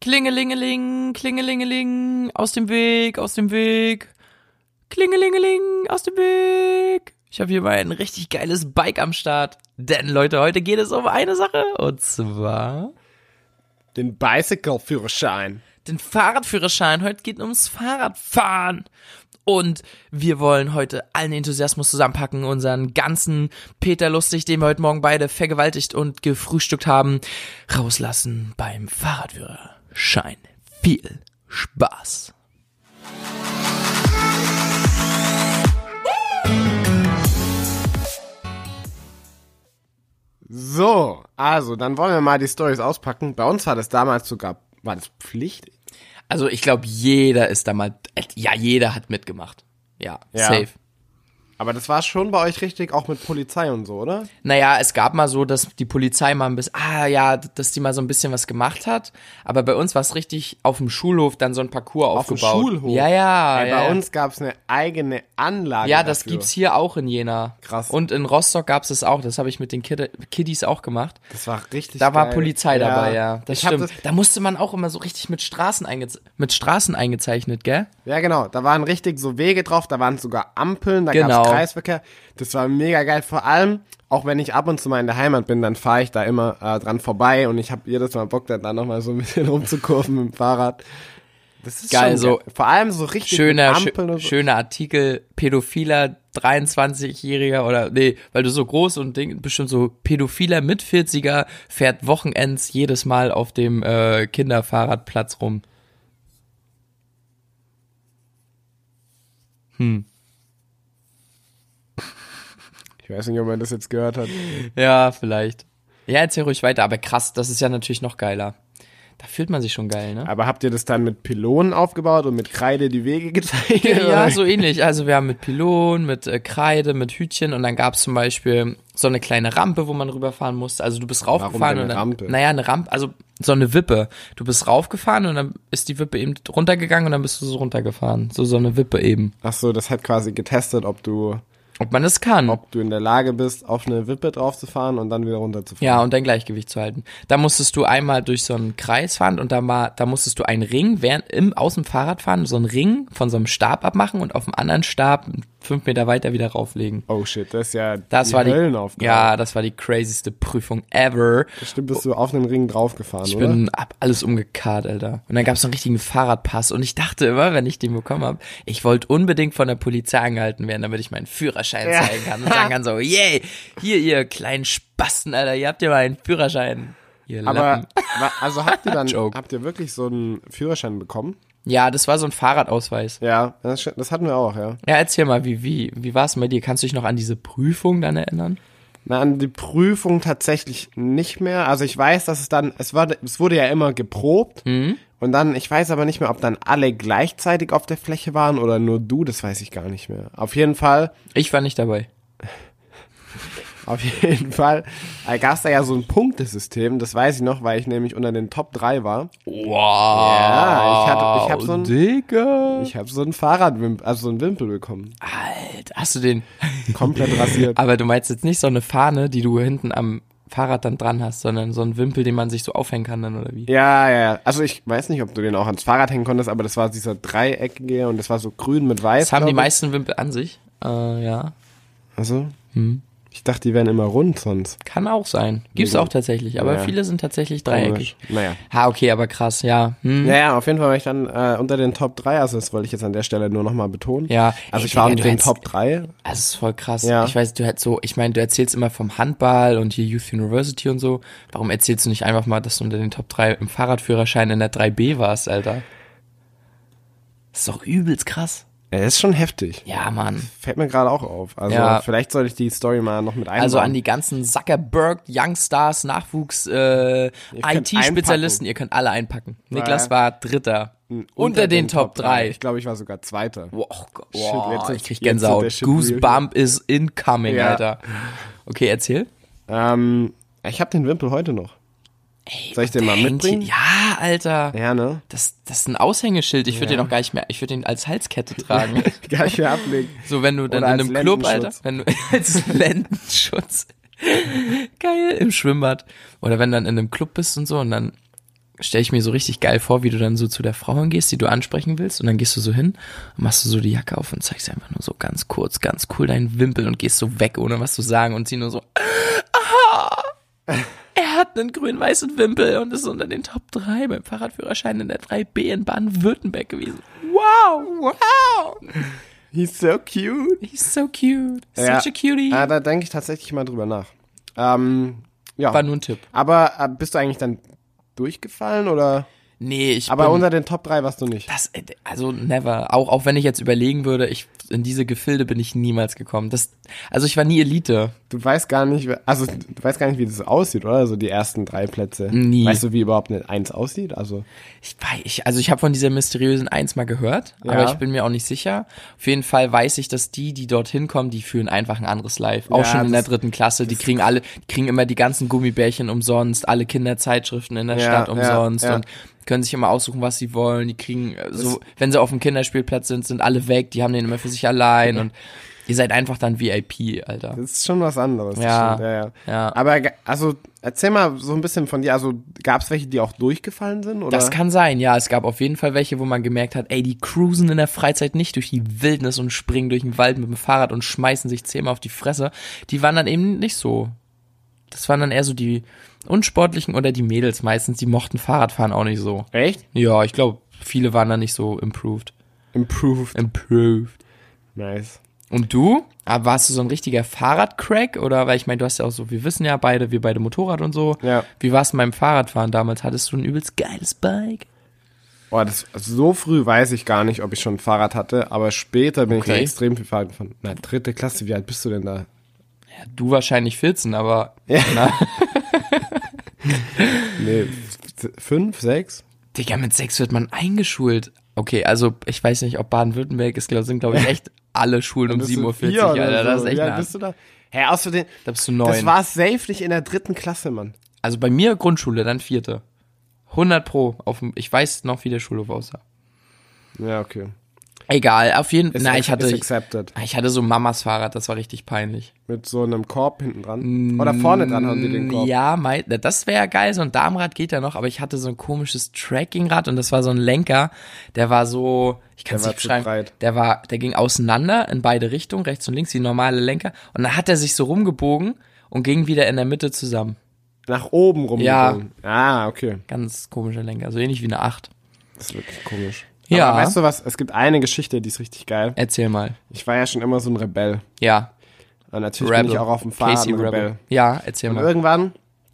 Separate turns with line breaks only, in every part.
Klingelingeling, klingelingeling, aus dem Weg, aus dem Weg. Klingelingeling, aus dem Weg. Ich habe hier mal ein richtig geiles Bike am Start. Denn Leute, heute geht es um eine Sache. Und zwar
Den Bicycle-Führerschein.
den Fahrradführerschein. Heute geht es ums Fahrradfahren. Und wir wollen heute allen Enthusiasmus zusammenpacken, unseren ganzen Peter Lustig, den wir heute Morgen beide vergewaltigt und gefrühstückt haben, rauslassen beim Fahrradführerschein. Viel Spaß.
So, also, dann wollen wir mal die Stories auspacken. Bei uns war das damals sogar, war das Pflicht?
Also ich glaube, jeder ist da mal, ja, jeder hat mitgemacht. Ja,
Ja.
safe.
Aber das war schon bei euch richtig, auch mit Polizei und so, oder?
Naja, es gab mal so, dass die Polizei mal ein bisschen, ah ja, dass die mal so ein bisschen was gemacht hat. Aber bei uns war es richtig auf dem Schulhof dann so ein Parcours
Auf dem
aufgebaut.
Schulhof.
Ja, ja.
Ey,
Ah, ja,
bei
ja.
uns gab es eine eigene Anlage.
Ja, das
dafür.
gibt's hier auch in Jena.
Krass.
Und in Rostock gab's es auch. Das habe ich mit den Kid Kiddies auch gemacht.
Das war richtig.
Da war
geil.
Polizei dabei, ja. Das
ich hab
stimmt.
das,
da musste man auch immer so richtig mit Straßen, eingez mit Straßen eingezeichnet, gell?
Ja, genau. Da waren richtig so Wege drauf, da waren sogar Ampeln, da
Genau.
gab's Kreisverkehr. Das war mega geil. Vor allem, auch wenn ich ab und zu mal in der Heimat bin, dann fahre ich da immer äh, dran vorbei und ich habe jedes Mal Bock, dann da nochmal so ein bisschen rumzukurven mit dem Fahrrad. Das ist
Geil,
schon
so
Vor allem so richtig mit
schöner,
Ampeln
schö
und so.
schöner Artikel, pädophiler 23-Jähriger oder nee, weil du so groß und Ding, bestimmt so pädophiler mit 40er fährt Wochenends jedes Mal auf dem äh, Kinderfahrradplatz rum.
Ich weiß nicht, ob man das jetzt gehört hat.
Ja, vielleicht. Ja, erzähl ruhig weiter, aber krass, das ist ja natürlich noch geiler. Da fühlt man sich schon geil, ne?
Aber habt ihr das dann mit Pylonen aufgebaut und mit Kreide die Wege geteilt?
Ja, so ähnlich. Also wir haben mit Pylon, mit äh, Kreide, mit Hütchen und dann gab's zum Beispiel so eine kleine Rampe, wo man rüberfahren musste. Also du bist raufgefahren
denn
und
eine
dann,
Rampe?
naja, eine Rampe, also so eine Wippe. Du bist raufgefahren und dann ist die Wippe eben runtergegangen und dann bist du so runtergefahren. So so eine Wippe eben.
Ach so, das hat quasi getestet, ob du,
Ob man das kann.
ob du in der Lage bist, auf eine Wippe draufzufahren und dann wieder runterzufahren.
Ja, und dein Gleichgewicht zu halten. Da musstest du einmal durch so einen Kreis fahren und da, mal, da musstest du einen Ring während, im, aus dem Fahrrad fahren, so einen Ring von so einem Stab abmachen und auf dem anderen Stab fünf Meter weiter wieder rauflegen.
Oh shit, das ist ja
Das
die
war die,
Höllenaufgabe.
ja, das war die crazyste Prüfung ever.
Stimmt, bist du auf den Ring draufgefahren,
Ich
oder?
bin ab alles umgekarrt, Alter. Und dann gab's so einen richtigen Fahrradpass. Und ich dachte immer, wenn ich den bekommen hab, ich wollte unbedingt von der Polizei angehalten werden, damit ich meinen Führerschein
Ja.
zeigen kann. Und sagen kann so, yay, hier, ihr kleinen Spasten, Alter, ihr habt ja meinen Führerschein. Ihr
Aber,
Lappen.
wa- also habt ihr dann,
Joke.
habt ihr wirklich so einen Führerschein bekommen?
Ja, das war so ein Fahrradausweis.
Ja, das, sch- das hatten wir auch, ja.
Ja, erzähl mal, wie, wie, wie war's denn bei dir? Kannst du dich noch an diese Prüfung dann erinnern?
Na, an die Prüfung tatsächlich nicht mehr. Also ich weiß, dass es dann, es war, es wurde ja immer geprobt.
Mhm.
Und dann, ich weiß aber nicht mehr, ob dann alle gleichzeitig auf der Fläche waren oder nur du, das weiß ich gar nicht mehr. Auf jeden Fall,
Ich war nicht dabei.
auf jeden Fall äh, gab es da ja so ein Punktesystem, das weiß ich noch, weil ich nämlich unter den Top 3 war.
Wow.
Ja, ich hatte- ich hab so ein-
Digga.
Ich habe so ein Fahrradwimpel, also so einen Wimpel bekommen.
Alter, hast du den?
Komplett rasiert.
Aber du meinst jetzt nicht so eine Fahne, die du hinten am Fahrrad dann dran hast, sondern so einen Wimpel, den man sich so aufhängen kann dann oder wie?
Ja, ja, ja. Also ich weiß nicht, ob du den auch ans Fahrrad hängen konntest, aber das war dieser dreieckige und das war so grün mit weiß.
Das haben die
glaub ich.
meisten Wimpel an sich. Äh, ja.
Also?
Hm.
Ich dachte, die wären immer rund sonst.
Kann auch sein. Gibt's auch tatsächlich, aber
Ja.
viele sind tatsächlich dreieckig.
Komisch. Naja.
Ha, okay, aber krass, ja. Hm.
Naja, auf jeden Fall war ich dann äh, unter den Top 3, also das wollte ich jetzt an der Stelle nur nochmal betonen.
Ja.
Also ich
Ey,
war
Digga,
unter
du
den
hättest-
Top 3.
Das ist voll krass.
Ja.
Ich weiß, du hättest so, ich meine, du erzählst immer vom Handball und hier Youth University und so. Warum erzählst du nicht einfach mal, dass du unter den Top 3 im Fahrradführerschein in der 3B warst, Alter? Das ist doch übelst krass.
Er ist schon heftig.
Ja, Mann.
Fällt mir gerade auch auf. Also
Ja.
vielleicht sollte ich die Story mal noch mit einbauen.
Also an die ganzen Zuckerberg, Youngstars, Nachwuchs, äh,
könnt
IT-Spezialisten, ihr könnt alle einpacken. Niklas war Dritter. Unter, den, Top 3.
Ich glaube, ich war sogar Zweiter.
Wow, oh Gott,
Shit,
wow,
jetzt ist-
ich krieg
jetzt ist der
Gänsehaut.
Shit real hier.
Goosebump is incoming,
Ja.
Alter. Okay, erzähl.
Ähm, ich habe den Wimpel heute noch. Soll ich den mal
Hängt
mitbringen?
hier- Ja, Alter.
Ja, ne?
Das, das ist ein Aushängeschild. Ich würde den auch gar nicht mehr, ich würde den als Halskette tragen.
Gar nicht mehr ablegen.
So, wenn du dann
Oder
in
als
einem Club, Alter,
Lendenschutz.
wenn du als Lendenschutz, geil, im Schwimmbad. Oder wenn du dann in einem Club bist und so und dann stelle ich mir so richtig geil vor, wie du dann so zu der Frau hingehst, die du ansprechen willst, und dann gehst du so hin, machst du so die Jacke auf und zeigst einfach nur so ganz kurz, ganz cool deinen Wimpel und gehst so weg, ohne was zu sagen, und sie nur so, er hat einen grün-weißen Wimpel und ist unter den Top 3 beim Fahrradführerschein in der 3B in Baden-Württemberg gewesen. Wow, wow,
He's so cute.
he's so cute, such a cutie.
Ah, da denke ich tatsächlich mal drüber nach. Ähm, ja.
War nur ein Tipp.
Aber äh, bist du eigentlich dann durchgefallen oder?
Nee, ich
Aber
bin,
unter den Top 3 warst du nicht.
Das, äh, also never. Auch, auch wenn ich jetzt überlegen würde, ich, in diese Gefilde bin ich niemals gekommen. Das, also ich war nie Elite.
Du weißt gar nicht, wer- also du weißt gar nicht, wie das aussieht, oder? So die ersten drei Plätze.
Nie.
Weißt du, wie überhaupt eine Eins aussieht? Also
Ich weiß, ich, also ich habe von dieser mysteriösen Eins mal gehört, aber
Ja.
ich bin mir auch nicht sicher. Auf jeden Fall weiß ich, dass die, die dorthin kommen, die fühlen einfach ein anderes Live. Auch
Ja,
schon in der
das-
dritten Klasse. Die kriegen alle, die kriegen immer die ganzen Gummibärchen umsonst, alle Kinderzeitschriften in der
Ja,
Stadt
ja,
umsonst
ja.
und können sich immer aussuchen, was sie wollen. Die kriegen äh, so, wenn sie auf dem Kinderspielplatz sind, sind alle weg. Die haben den immer für sich allein und ihr seid einfach dann VIP, Alter.
das ist schon was anderes. das
Ja.
stimmt, ja, ja.
Ja.
Aber ge- also erzähl mal so ein bisschen von dir. Also gab es welche, die auch durchgefallen sind? Oder?
Das kann sein, ja. Es gab auf jeden Fall welche, wo man gemerkt hat, ey, die cruisen in der Freizeit nicht durch die Wildnis und springen durch den Wald mit dem Fahrrad und schmeißen sich zehnmal auf die Fresse. Die waren dann eben nicht so. Das waren dann eher so die Unsportlichen oder die Mädels meistens, die mochten Fahrradfahren auch nicht so.
Echt?
Ja, ich glaube, viele waren da nicht so improved.
Improved.
Improved.
Nice.
Und du? Aber warst du so ein richtiger Fahrradcrack? Oder, weil ich meine, du hast ja auch so, wir wissen ja beide, wir beide Motorrad und so.
Ja.
Wie warst du beim Fahrradfahren damals? Hattest du ein übelst geiles Bike?
Boah, das, also so früh weiß ich gar nicht, ob ich schon ein Fahrrad hatte, aber später bin ich
Okay.
da extrem viel Fahrrad gefahren. Na, dritte Klasse, wie alt bist du denn da?
Du wahrscheinlich 14, aber
Nee, f- fünf, sechs?
Digga, mit sechs wird man eingeschult. Okay, also ich weiß nicht, ob Baden-Württemberg ist, glaub, sind glaube ich echt alle Schulen um
Bist du
7.40
vier
Uhr,
oder
Alter. Das
so?
ist echt
Wie alt
eine-
bist du da? Hä, außerdem,
Da bist du
das
neun.
war safe nicht in der dritten Klasse, Mann.
Also bei mir Grundschule, dann vierte. 100 pro. Auf, dem- ich weiß noch, wie der Schulhof aussah.
Ja, okay.
Egal, auf jeden Fall. Nein,
ex-
ich hatte,
Ist accepted.
ich hatte so Mamas Fahrrad, das war richtig peinlich.
Mit so einem Korb hinten dran. Oder vorne dran haben die den Korb.
Mm, Ja, mei, na, das wäre ja geil, so ein Darmrad geht ja noch, aber ich hatte so ein komisches Trackingrad und das war so ein Lenker, der war so, ich kann es
Der war
nicht
zu
beschreiben,
breit.
der war, der ging auseinander in beide Richtungen, rechts und links, wie normale Lenker und dann hat er sich so rumgebogen und ging wieder in der Mitte zusammen.
Nach oben rum.
Ja.
gezogen. Ah, okay.
Ganz komischer Lenker, so ähnlich wie eine Acht.
Das ist wirklich komisch.
Ja.
Aber weißt du was? Es gibt eine Geschichte, die ist richtig geil.
Erzähl mal.
Ich war ja schon immer so ein Rebell.
Ja,
Und natürlich
Rebel.
bin ich auch auf dem Fahrrad ne,
Casey
ein
Rebel.
Rebell.
Ja, erzähl
Und
mal.
irgendwann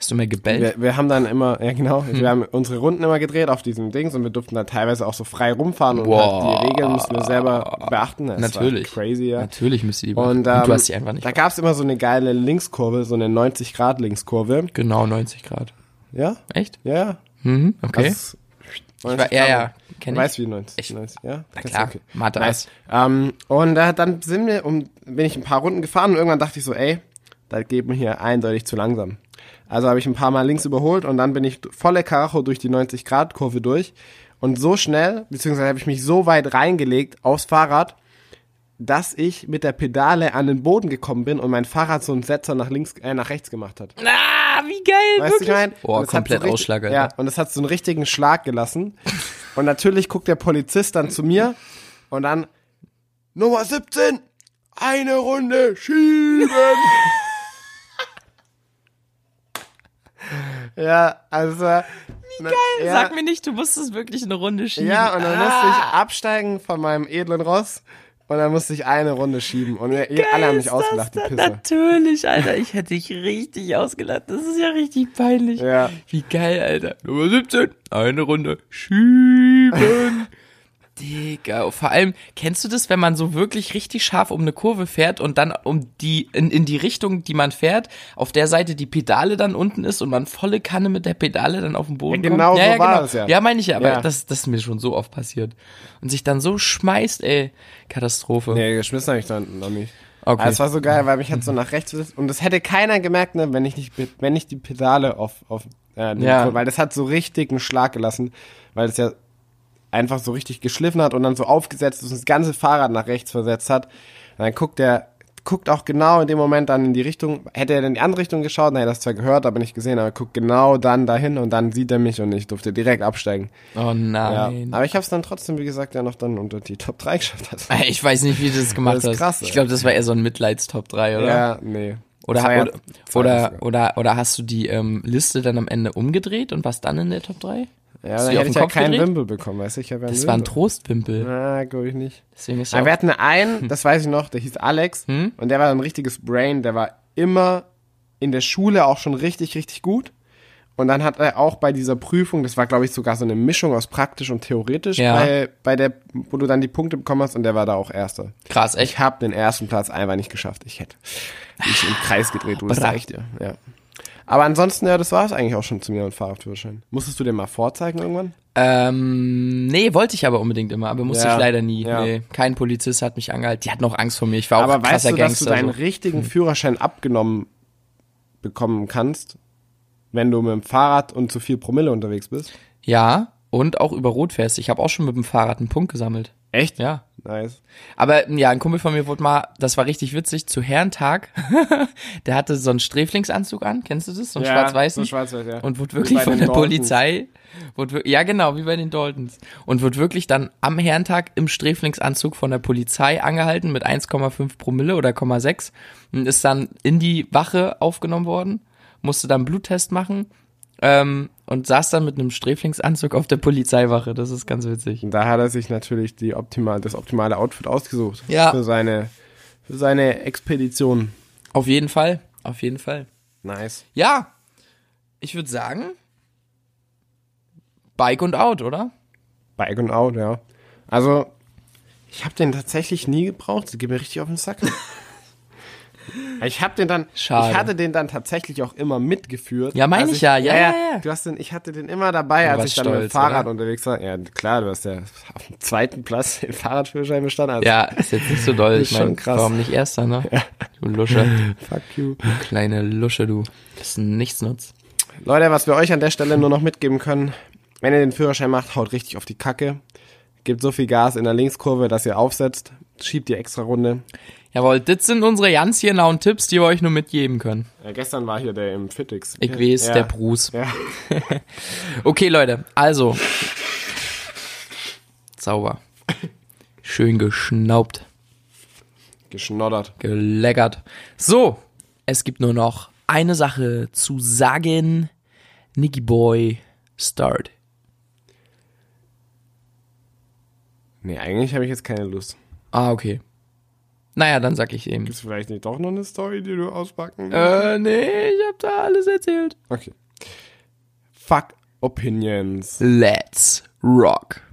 Hast du mir gebellt?
Wir, wir haben dann immer, ja genau, wir haben unsere Runden immer gedreht auf diesem Dings und wir durften dann teilweise auch so frei rumfahren und
Wow.
halt die Regeln mussten wir selber beachten. Das
Natürlich.
War crazy, ja.
Natürlich müsst ihr die
Und,
du
ähm,
hast die einfach nicht.
Da gab es immer so eine geile Linkskurve, so eine 90-Grad-Linkskurve.
Genau 90 Grad.
Ja?
Echt?
Ja, ja.
Mhm, okay.
Also,
war- ja, ja, kenn ich.
Weiß wie 90.
Ich-
90 ja?
na
Kennst du?
klar, Mathe.
Nice. Ähm, und da, dann sind wir, um, bin ich ein paar Runden gefahren und irgendwann dachte ich so, ey, das geht mir hier eindeutig zu langsam. Also habe ich ein paar Mal links überholt und dann bin ich volle Karacho durch die 90-Grad-Kurve durch. Und so schnell, beziehungsweise habe ich mich so weit reingelegt aufs Fahrrad, dass ich mit der Pedale an den Boden gekommen bin und mein Fahrrad so einen Setzer nach links, äh, nach rechts gemacht hat.
Ah, wie geil,
Weißt du, ich mein?
Boah,
Und es hat
komplett
so richtig-
Ausschlag, Alter.
Ja, und das hat so einen richtigen Schlag gelassen. Und natürlich guckt der Polizist dann zu mir und dann Nummer 17, eine Runde schieben. ja, also wie geil, ja,
Sag mir nicht, du musstest wirklich eine Runde schieben.
Ja, und dann musste ich absteigen von meinem edlen Ross und dann musste ich eine Runde schieben und wir, alle haben mich ausgelacht, die Pisse.
Natürlich, Alter. Ich hätte dich richtig ausgelacht. Das ist ja richtig peinlich.
Ja.
Wie geil, Alter. Nummer 17, eine Runde schieben. Digga, vor allem, kennst du das, wenn man so wirklich richtig scharf um eine Kurve fährt und dann um die, in, in die Richtung, die man fährt, auf der Seite die Pedale dann unten ist und man volle Kanne mit der Pedale dann auf den Boden
Ja, genau
kommt?
so war das ja.
Ja, meine ich ja, aber
Ja.
Das, das ist mir schon so oft passiert. Und sich dann so schmeißt, ey, Katastrophe.
Nee, geschmissen habe ich dann noch nicht.
Okay.
Aber es war so geil, weil mich hat so nach rechts und das hätte keiner gemerkt, ne, wenn ich nicht pe- wenn ich die Pedale auf auf äh, den
Ja.
Grund- weil das hat so richtig einen Schlag gelassen, weil es ja einfach so richtig geschliffen hat und dann so aufgesetzt ist und das ganze Fahrrad nach rechts versetzt hat. Und dann guckt der guckt auch genau in dem Moment dann in die Richtung. Hätte er in die andere Richtung geschaut, dann hätte er das zwar gehört, aber nicht gesehen, aber guckt genau dann dahin und dann sieht er mich und ich durfte direkt absteigen.
Oh
Ja.
nein.
Aber ich habe es dann trotzdem, wie gesagt, ja noch dann unter die Top 3 geschafft. Also,
Ey, Ich weiß nicht, wie du das gemacht
Das ist
hast.
krass,
ich
ey.
glaube, das war eher so ein Mitleidstop 3, oder?
ja, nee.
Oder,
Zwei-
oder,
zwei
oder,
sogar.
oder, oder hast du die ähm, Liste dann am Ende umgedreht und warst dann in der Top 3?
Ja,
Hast du
dann
die auf
hätte
den
ich ja
Kopf
keinen
gedreht?
Wimpel bekommen, weißt du? Ich habe ja einen
Das war ein
Wimpel.
Trostwimpel.
Na, glaube ich nicht.
Deswegen ist
Aber
ja
wir
auch,
hatten
Hm.
einen, das weiß ich noch, der hieß Alex und der war ein richtiges Brain, der war immer in der Schule auch schon richtig, richtig gut. Und dann hat er auch bei dieser Prüfung, das war glaube ich sogar so eine Mischung aus praktisch und theoretisch,
Ja.
bei, bei der, wo du dann die Punkte bekommen hast und der war da auch Erster.
krass, echt.
Ich habe den ersten Platz einfach nicht geschafft. Ich hätte mich im Kreis gedreht, du, das
Bra.
sag ich dir. Ja. Aber ansonsten, ja, das war es eigentlich auch schon zu mir und Fahrradführerschein. Musstest du den mal vorzeigen irgendwann?
Ähm, nee, wollte ich aber unbedingt immer, aber musste
Ja,
ich leider nie.
ja.
Nee, kein Polizist hat mich angehalten. Die hatten auch Angst vor mir. Ich war auch
Aber
ein
weißt
krasser
du, dass du
Gangster.
deinen
so. Hm.
richtigen Führerschein abgenommen bekommen kannst, wenn du mit dem Fahrrad und zu viel Promille unterwegs bist?
Ja, und auch über Rot fährst. Ich habe auch schon mit dem Fahrrad einen Punkt gesammelt.
Echt? Ja.
Ja.
Nice.
Aber ja, ein Kumpel von mir wurde mal, das war richtig witzig, zu Herrentag, der hatte so einen Sträflingsanzug an, kennst du das? So einen schwarz-weißen.
So schwarz-weiß, ja.
und wurde
Wie
wirklich
bei
von
den
der
Daltons.
Polizei, wurde, wir- ja genau, wie bei den Daltons, und wurde wirklich dann am Herrentag im Sträflingsanzug von der Polizei angehalten mit 1,5 Promille oder 0,6 und ist dann in die Wache aufgenommen worden, musste dann einen Bluttest machen ähm, und saß dann mit einem Sträflingsanzug auf der Polizeiwache. Das ist ganz witzig.
Und da hat er sich natürlich die optimal, das optimale Outfit ausgesucht.
Ja.
Für seine, für seine Expedition.
Auf jeden Fall, auf jeden Fall.
Nice.
Ja, ich würde sagen, Bike und Out, oder?
Bike und Out, ja. Also, ich habe den tatsächlich nie gebraucht. Das geht mir richtig auf den Sack. ich habe den dann,
Schade.
ich hatte den dann tatsächlich auch immer mitgeführt.
Ja, mein
Als
ich ja. Ja, ja, ja.
Du hast den, ich hatte den immer dabei, als
warst
ich dann mit dem
stolz,
Fahrrad
oder?
unterwegs war. Ja, klar, du hast ja auf dem zweiten Platz den Fahrradführerschein bestanden. Also,
Ja, ist jetzt nicht so doll.
Ist
Ich meine,
schon krass.
warum nicht erster, ne? Du Lusche.
fuck you.
Kleine Lusche, du. Bist ein Nichtsnutz.
Leute, was wir euch an der Stelle nur noch mitgeben können, wenn ihr den Führerschein macht, haut richtig auf die Kacke. Gebt so viel Gas in der Linkskurve, dass ihr aufsetzt. Schiebt die extra Runde.
Jawohl, das sind unsere ganz genauen Tipps, die wir euch nur mitgeben können.
Ja, gestern war hier der im Fitix.
Ich weiß,
ja.
der Bruce.
Ja.
Okay, Leute, also. Sauber. Schön geschnaubt,
Geschnoddert.
geleckert. So, es gibt nur noch eine Sache zu sagen. Nicky Boy, start.
Nee, eigentlich habe ich jetzt keine Lust.
Ah, okay. Naja, dann sag ich eben.
Ist vielleicht nicht doch noch eine Story, die du auspacken
Äh, nee, ich hab da alles Äh. erzählt.
Okay. Fuck Opinions.
Let's rock.